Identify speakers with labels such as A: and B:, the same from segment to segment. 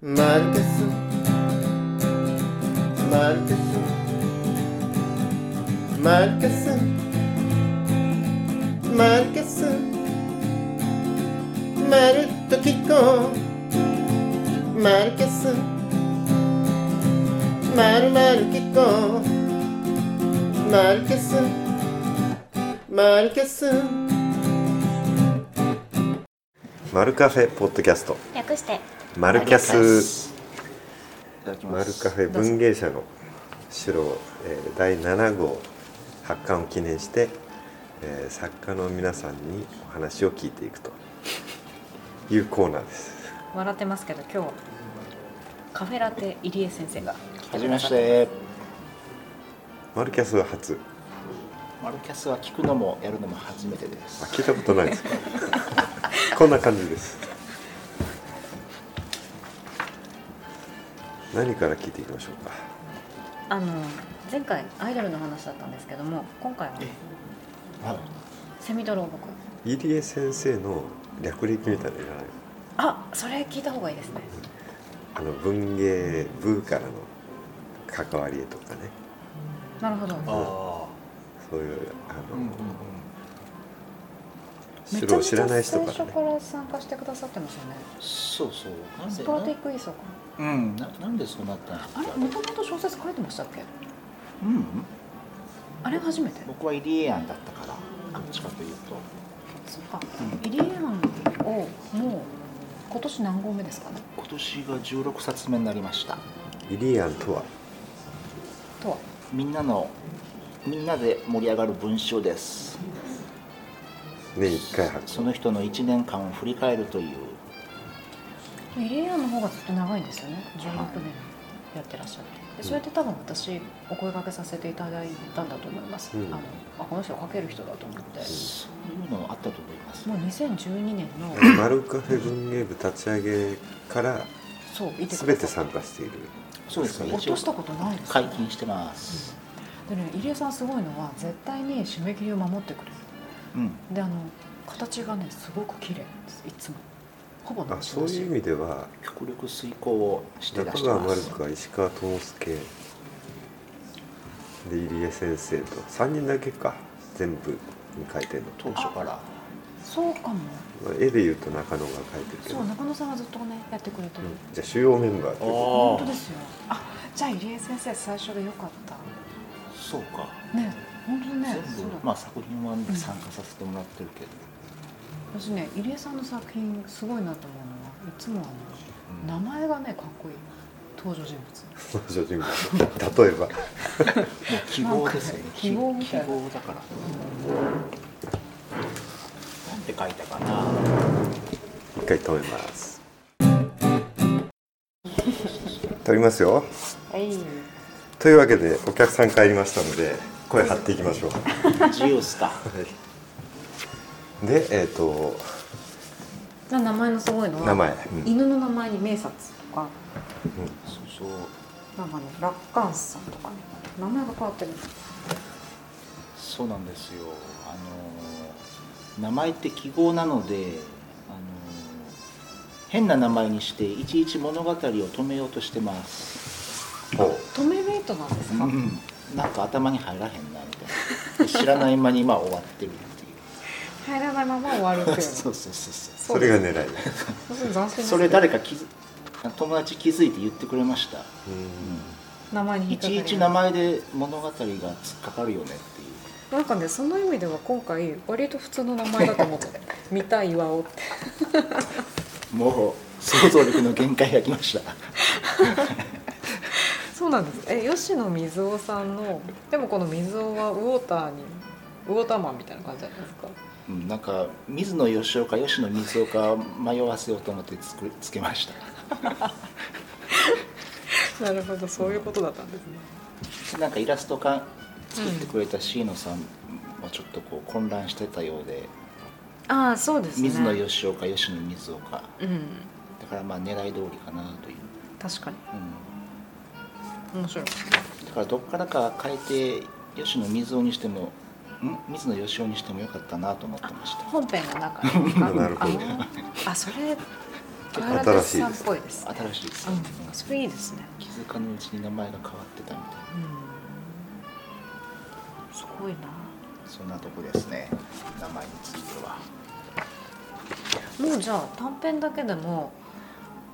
A: マルケスマルケスマルケスマルケスまるっと聞こうマルケスまるまる聞こうマルケスマルケス
B: マルカフェポッドキャスト
C: 略して
B: マルキャス
D: いただき
B: マ
D: ま
B: ル
D: す
B: カフェ文芸社の首郎、えー第7号発刊を記念して、えー作家の皆さんにお話を聞いていくというコーナーです
C: 笑ってますけど今日はカフェラテ入江先生が来
D: は
C: て
D: じ
C: く
D: め
C: だ
D: ま
C: さ
D: し
C: って
D: て
B: マルキャスは初
D: マルキャスは聞くのもやるのも初めてで
B: あ
D: す
B: 聞いたことない ですかこんな感じです何から聞いていきましょうか
C: あの前回アイドルの話だったんですけども今回は
D: えはい
C: セミドローボコ
B: 入江先生の略歴みたいなのいらない
C: あそれ聞いた方がいいですね
B: あの文芸部からの関わりへとかね
C: なるほど
D: あ
B: そういうあ
D: あう
B: の、
D: んうんうん
C: めち
B: 白
C: ゃ
B: を
C: め
B: 知
C: ち
B: ら
C: ゃ
B: ない人
C: 最
B: から
C: 初
B: ね
C: から参加してくださってますよね
D: そうそうなんで
C: スパーティックイーソーか
D: うんななんでそうなったんだっけ
C: あれもともと小説書いてましたっけ
D: うんうん
C: あれ初めて
D: 僕はイリエアンだったからどっちかというと
C: そっか
D: うん
C: イリエアンをもう今年何号目ですかね
D: 今年が16冊目になりました
B: イリアンとは
C: とは
D: みんなのみんなで盛り上がる文章です
B: 年一回発
D: その人の1年間を振り返るという
C: イリエアンの方がずっと長いんですよね16
D: はい
C: 年やってらっしゃってでそれで多分私お声掛けさせていただいたんだと思います、
B: うん
C: あのあこの人書ける人だと思って
D: そういうのあったと思います
C: もう2012年の
B: 行マルカフェ文芸部立ち上げから
C: そういてく
B: 全
C: だ
B: て
C: さ
B: 参
C: っ
B: 加している
D: そうですね
C: 落としたことないです
D: 解禁してます
C: でね入江さんすごいのは絶対に締め切りを守ってくれる
D: うん
C: であの形がねすごく綺麗なんですいつもほぼ
B: あ
C: なし
B: そういう意味では
D: 極力遂行をしてら
B: 中
D: して
B: 川
D: ま
B: マル
D: す
B: クは石川智介で入江先生と3人だけか全部に書いてるの
D: 当初から
C: そうかも
B: まあ絵でいうと中野が書いてるけど、
C: そう中野さんはずっとねやってくれてる、
B: うんじゃあ主要メンバーというこ
C: 本当ですよあじゃあ入江先生最初でよかった
D: そうか
C: ね本当にねそう
D: 全
C: だ
D: 部まあ作品は参加させてもらってるけど
C: 私ね入江さんの作品すごいなと思うのはいつもあの名前がねかっこいい登場人物
B: と登場人物例えば
D: 希望ですよね
C: 希望みたいな
D: 希望だからなんて書いたかな
B: 一回止めます撮りますよ
C: はい
B: というわけでお客さん帰りましたので声張っていきましょう
D: ジオスタ
B: でえっ、と
C: 名前のすごいのは
B: 名前うん
C: 犬の名前に名札とか
D: そうそう
C: なんかねラッカンスさんとかね名前が変わってる
D: そうなんですよあの名前って記号なのであの変な名前にしていちいち物語を止めようとしてます
B: ほ
C: トメメイトなんですか、
D: なんか頭に入らへんなみたいな知らない間にまあ終わってるって
C: 入らないまま終わるっていう
D: いう
C: そ
D: そううそうそうそ
B: そ
D: う
B: れが狙いだ
C: すると斬新ですね
D: それ誰か気づ友達気づいて言ってくれました、
C: 名前に引
D: い
C: っかか
D: ち
C: り
D: いち名前で物語が突っかかるよねっていう
C: なんかねその意味では今回割と普通の名前だと思ってて 見たい岩尾って
D: もう想像力の限界が来ました
C: そうなんです。え、吉野水夫さんの、でもこの水夫はウォーターに。ウォーターマンみたいな感じじゃないですか。
D: うんなんか水野義雄か吉野水雄か迷わせようと思ってつくつけました
C: なるほど、そういうことだったんですね。
D: なんかイラストか作ってくれた椎野さんもちょっとこう混乱してたようで
C: ああ、そうで
D: 水野義雄か吉野水雄か
C: うん、
D: だからまあ狙い通りかなという、
C: 確かに、
D: う
C: 面白い。
D: ん、だからどっからか変えて吉野水雄にしてもん水野義 雄にしてもよかったなと思ってました
C: 本編の中
B: なるほど
C: あ、それ。小原
B: 新
C: 哲
B: しい
C: さ
B: で
C: んっ
B: す
C: ぽいです、ね、
D: 新しいです、ね
C: うん、それいいですね、
D: 気づかぬうちに名前が変わってたみたいな
C: うん、すごいな
D: そんなとこですね名前については
C: もうじゃあ短編だけでも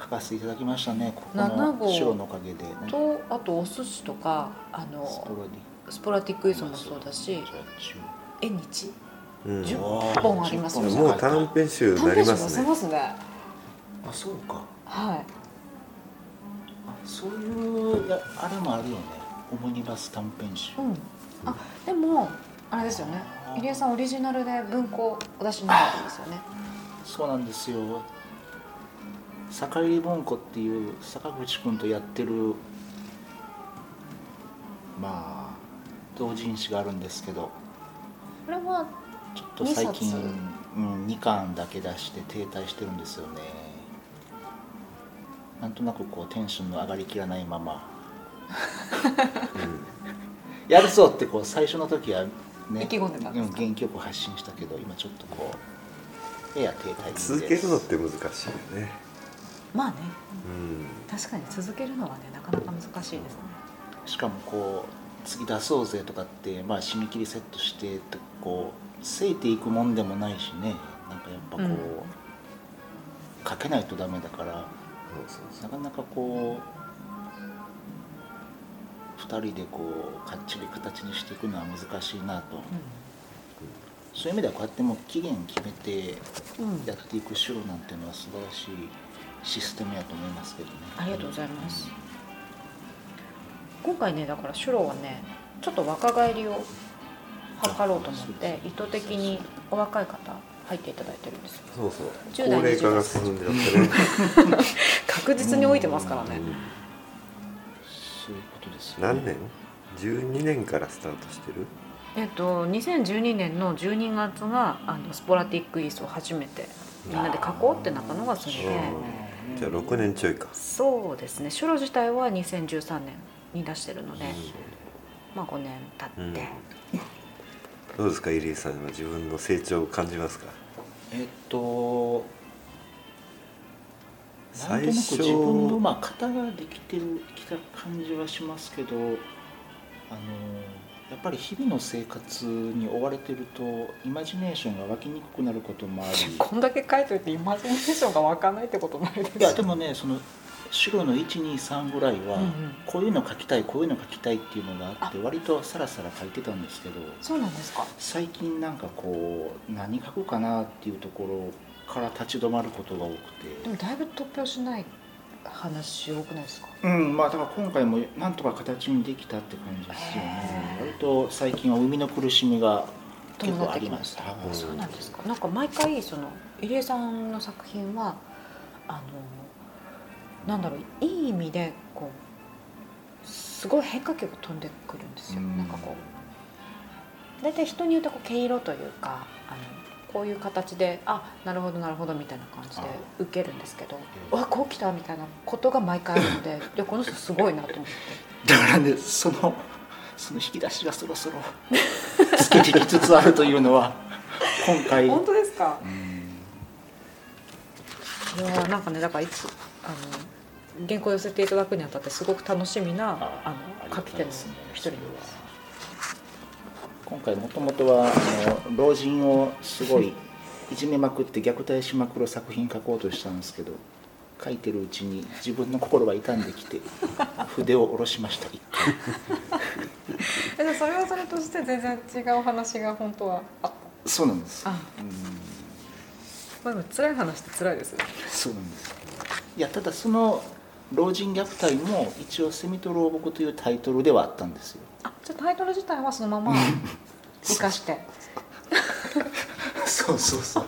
D: 書かせていただきましたねここ
C: 七
D: の
C: 号
D: 白のおかげでね
C: とあとお寿司とかあ
D: スト
C: の
D: ロディ
C: スポラティックイズムもそうだし
D: 10
C: 縁日
B: うん
C: 十
B: も
C: 本ありますよ
D: 十
C: ね
D: 本
B: う短編集に
C: 短
B: なり
C: 編集
B: ま
C: 出
B: す
C: せ
B: ね
C: ますね
D: あそうか
C: はい
D: あそういうやあれもあるよねオムニバス短編集、
C: うん、あでもあれですよね入江さんオリジナルで文庫お出しになったんですよね
D: そうなんですよ坂入文庫っていう坂口君とやってるまあ同人誌があるんですけど
C: これは
D: ちょっと最
C: 二
D: 近、
C: 冊
D: うん、2巻だけ出して停滞してるんですよねなんとなくこうテンションの上がりきらないままやるぞってこう最初の時はね
C: 意気込んでたんですか
D: う元気よく発信したけど今ちょっとこうやや停滞気味です
B: 続けるのって難しいよね
C: まあね
B: うん
C: 確かに続けるのはねなかなか難しいですね
D: しかもこう次出そうぜとかって、まあ、締め切りセットしてってこうせいていくもんでもないしねなんかやっぱこう、
C: うん
D: かけないとダメだから
B: そうそうそう
D: なかなかこう2人でこうかっちり形にしていくのは難しいなと、そういう意味ではこうやってもう期限決めて
C: うん、うん
D: やっていく白なんていうのは素晴らしいシステムやと思いますけどね
C: ありがとうございます今回ねだからシュロはねちょっと若返りを図ろうと思って意図的にお若い方入っていただいてるんですよ
B: そうそう高
C: 10代
B: 齢化が進んでやってね
C: 確実に老いてますからね
D: そういうことですよね
B: 何年 ?12 年からスタートしてる
C: えっと、2012年の12月があのスポラティックイースを初めてみんなで書こうってなったのがそれで、
B: うんじゃあ6年ちょいか
C: そうですねシュロ自体は2013年に出してるので、まあ5年経って、
B: どうですか入江さんは自分の成長を感じますか
D: えっとなんと
B: 最
D: なく
B: 初
D: 自分のまあ型ができてるきた感じはしますけどあのやっぱり日々の生活に追われてるとイマジネーションが湧きにくくなることもあり
C: こんだけ書いといてイマジネーションが湧かないってことないです
D: いやでもねその白の123ぐらいは、
C: うんうん
D: こういうの書きたいこういうの書きたいっていうのがあって割とさらさら書いてたんですけど
C: そうなんですか
D: 最近なんかこう何書くかなっていうところから立ち止まることが多くて。
C: でもだいぶ突拍しない話多くないですか
D: うんまあだから今回もなんとか形にできたって感じですよね割と最近は生みの苦しみが結構あります
C: 伴
D: 多分
C: そうなんですかなんか毎回その入江さんの作品はあのなんだろういい意味でこうすごい変化球が飛んでくるんですよ、
D: うん
C: なんかこう大体人によってこう毛色というかあのこういう形であなるほどなるほどみたいな感じで
D: あ
C: 受けるんですけどわこう来たみたいなことが毎回あるの でいやこの人すごいなと思って
D: だからねそのその引き出しがそろそろつけてきつつあるというのは今回うん
C: 当ですかいやーなんかねだからいつあの原稿寄せていただくにあたってすごく楽しみなあの書き手の一人なんです。
D: 今回もともとはあの老人をすごいいじめまくって虐待しまくる作品書こうとしたんですけど書いてるうちに自分の心が傷んできて筆を下ろしました一回
C: えでもそれはそれとして全然違う話が本当はあっ
D: そうなんです
C: あ
D: うん
C: た。まあでも辛い話って辛いですよね。
D: そうなんですいやただその老人虐待も一応「セミと老木」というタイトルではあったんですよ
C: あじゃあタイトル自体はそのまま生かして。
D: そうそうそう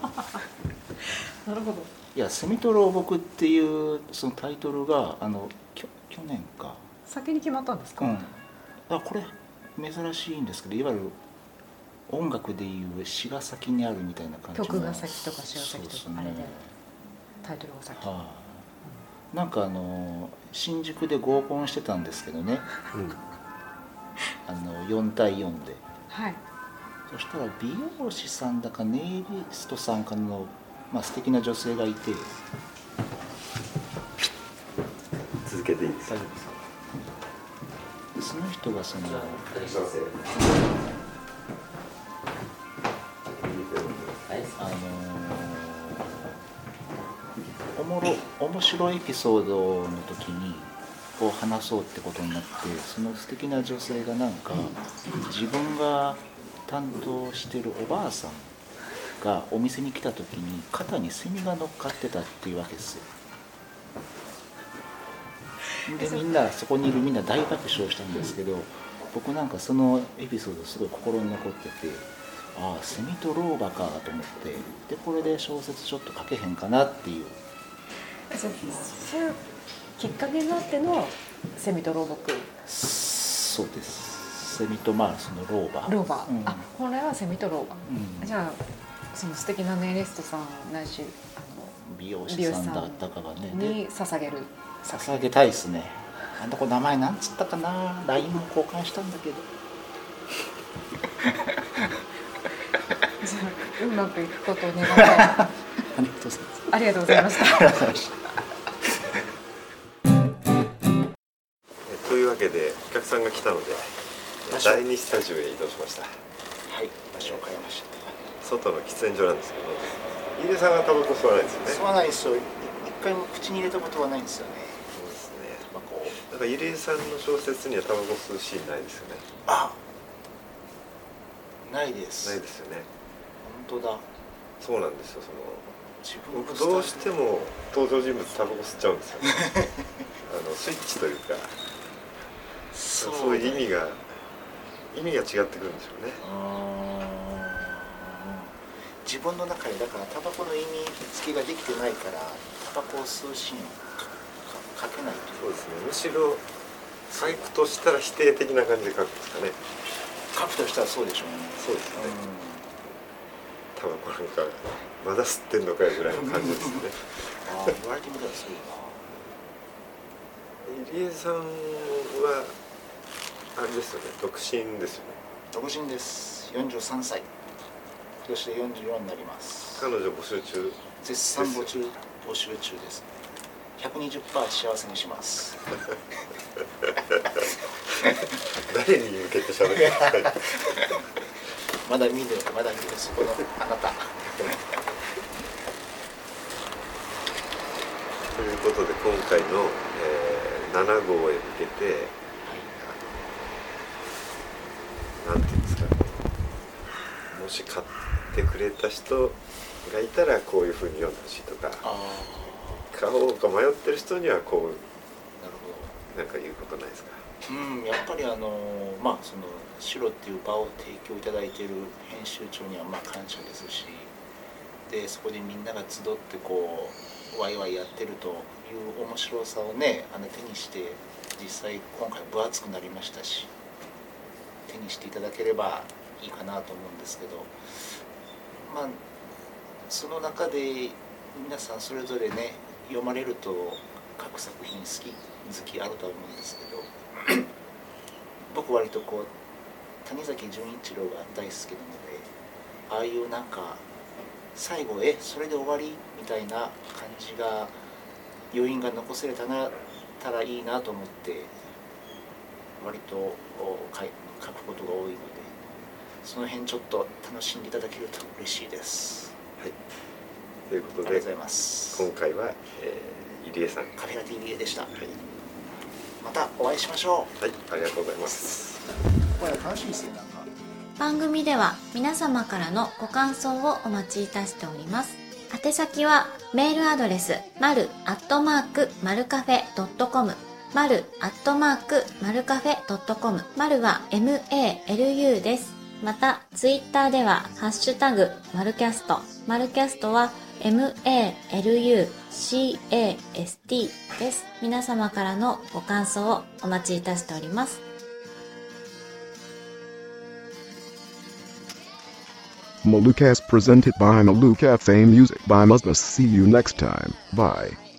C: なるほど。
D: いや「セミと老木」っていうそのタイトルがあのきょ去年か
C: 先に決まったんですか。
D: うん、あこれ珍しいんですけどいわゆる音楽でいう詩が先にあるみたいな感じの
C: 曲が先とか詩が先とか
D: そうすね
C: あれでタイトルが先。
D: はいなんかあの新宿で合コンしてたんですけどね
B: うん
D: あの4対4で
C: はい。
D: そしたら美容師さんだかネイリストさんかの、まあ素敵な女性がいて
B: 続けていいです
D: 大丈夫ですかでその人がそのあのーおもろ面白いエピソードの時にこう話そうってことになってその素敵な女性がなんか自分が担当してるおばあさんがお店に来た時に肩にセミが乗っかってたっていうわけですよでみんなそこにいるみんな大爆笑したんですけど僕なんかそのエピソードすごい心に残っててああセミと老婆かと思ってでこれで小説ちょっと書けへんかなっていう
C: そそういうきっかけがあってのセミと老婆くん
D: そうですセミとまあその老婆
C: 老婆、
D: うん
C: あ本来はセミと老婆、
D: うん
C: じゃあその素敵なネイリストさんないし
D: 美容師さんだったかが
C: あ
D: ね
C: の
D: で
C: に捧げる
D: 捧げたいですねあんたこれ名前なんつったかな LINE も交換したんだけど
C: じゃ あうまくいくことを願って
D: ありがとうございます
C: ありがとうございました
D: ありがとうございました
B: えというわけでお客さんが来たので
D: 場所
B: 第2スタジオへ移動しました
D: はい場所を変えました
B: 外の喫煙所なんですけど飯出さんはタバコ吸わないですよね
D: 吸わないですよい一回も口に入れたことはないんですよね
B: そうですね
D: タバコを
B: だからゆりえさんの小説にはタバコ吸うシーンないですよね
D: あないです
B: ないですよね
D: 本当だ
B: そうなんですよそ
D: 自
B: の
D: 分
B: 僕どうしても登場人物タバコ吸っちゃうん ですよ、ね、あのスイッチというかそう,、いう意味が意味が違ってくるんでしょうね
D: うーん自分の中でだからタバコの意味付けができてないからタバコを吸うシーンをかかかけないと
B: そ
D: いう
B: ですねむしろ俳句としたら否定的な感じで書くんですかね
D: う書くとしたらそうでしょうね
B: そうですね
D: う
B: タバコなんかまだ吸ってんのかよぐらいの感じですね
D: んあー言われてみたらそう
B: 入江さんはあれですよね独身ですよね
D: だな独身です43歳そして44になります
B: 彼女募集中
D: 絶賛募集募集中です120%幸せにします
B: 誰に向けて喋ってるんですか
D: まだ見ぬまだ見ぬそこのあなた
B: ということで今回の、えー7号へ向けてあのなんていうんですかもし買ってくれた人がいたらこういうふうに読んでほしいとか
D: ああ
B: 買おうか迷ってる人にはこ
D: なるほ
B: う
D: ど
B: なんか言うことないですか
D: うん、やっぱりあのまあその白っていう場を提供いただいている編集長にはまあ感謝ですしでそこでみんなが集ってこうワイワイやってるという面白さをねあの手にして実際今回分厚くなりましたし手にしていただければいいかなと思うんですけどまあその中で皆さんそれぞれね読まれると各作品好き好きあるとは思うんですけど。僕割とこう谷崎潤一郎が大好きなのでああいうなんか最後えそれで終わりみたいな感じが余韻が残せれたなたらいいなと思って割とお書い書くことが多いのでその辺ちょっと楽しんでいただけると嬉しいです
B: というこ
D: あ
B: と
D: りがとう
B: で
D: ございます
B: 今回は、えー、入江さん
D: カフェラ TVA でした
B: はい、
D: またお会いしましょ
B: はい、ありがとうございます
D: うこれ楽しいですねなんか
E: 番組では皆様からのご感想をお待ちいたしております。宛先はメールアドレス、まるアットマークマルカフェドットコム、まるアットマークマルカフェドットコム、まるは MALU です。また、ツイッターでは、ハッシュタグ、マルキャスト。マルキャストは、MALUCAST です。皆様からのご感想をお待ちいたしております。
F: Malukas presented by Maluka Fame Music by Must See you next time. Bye.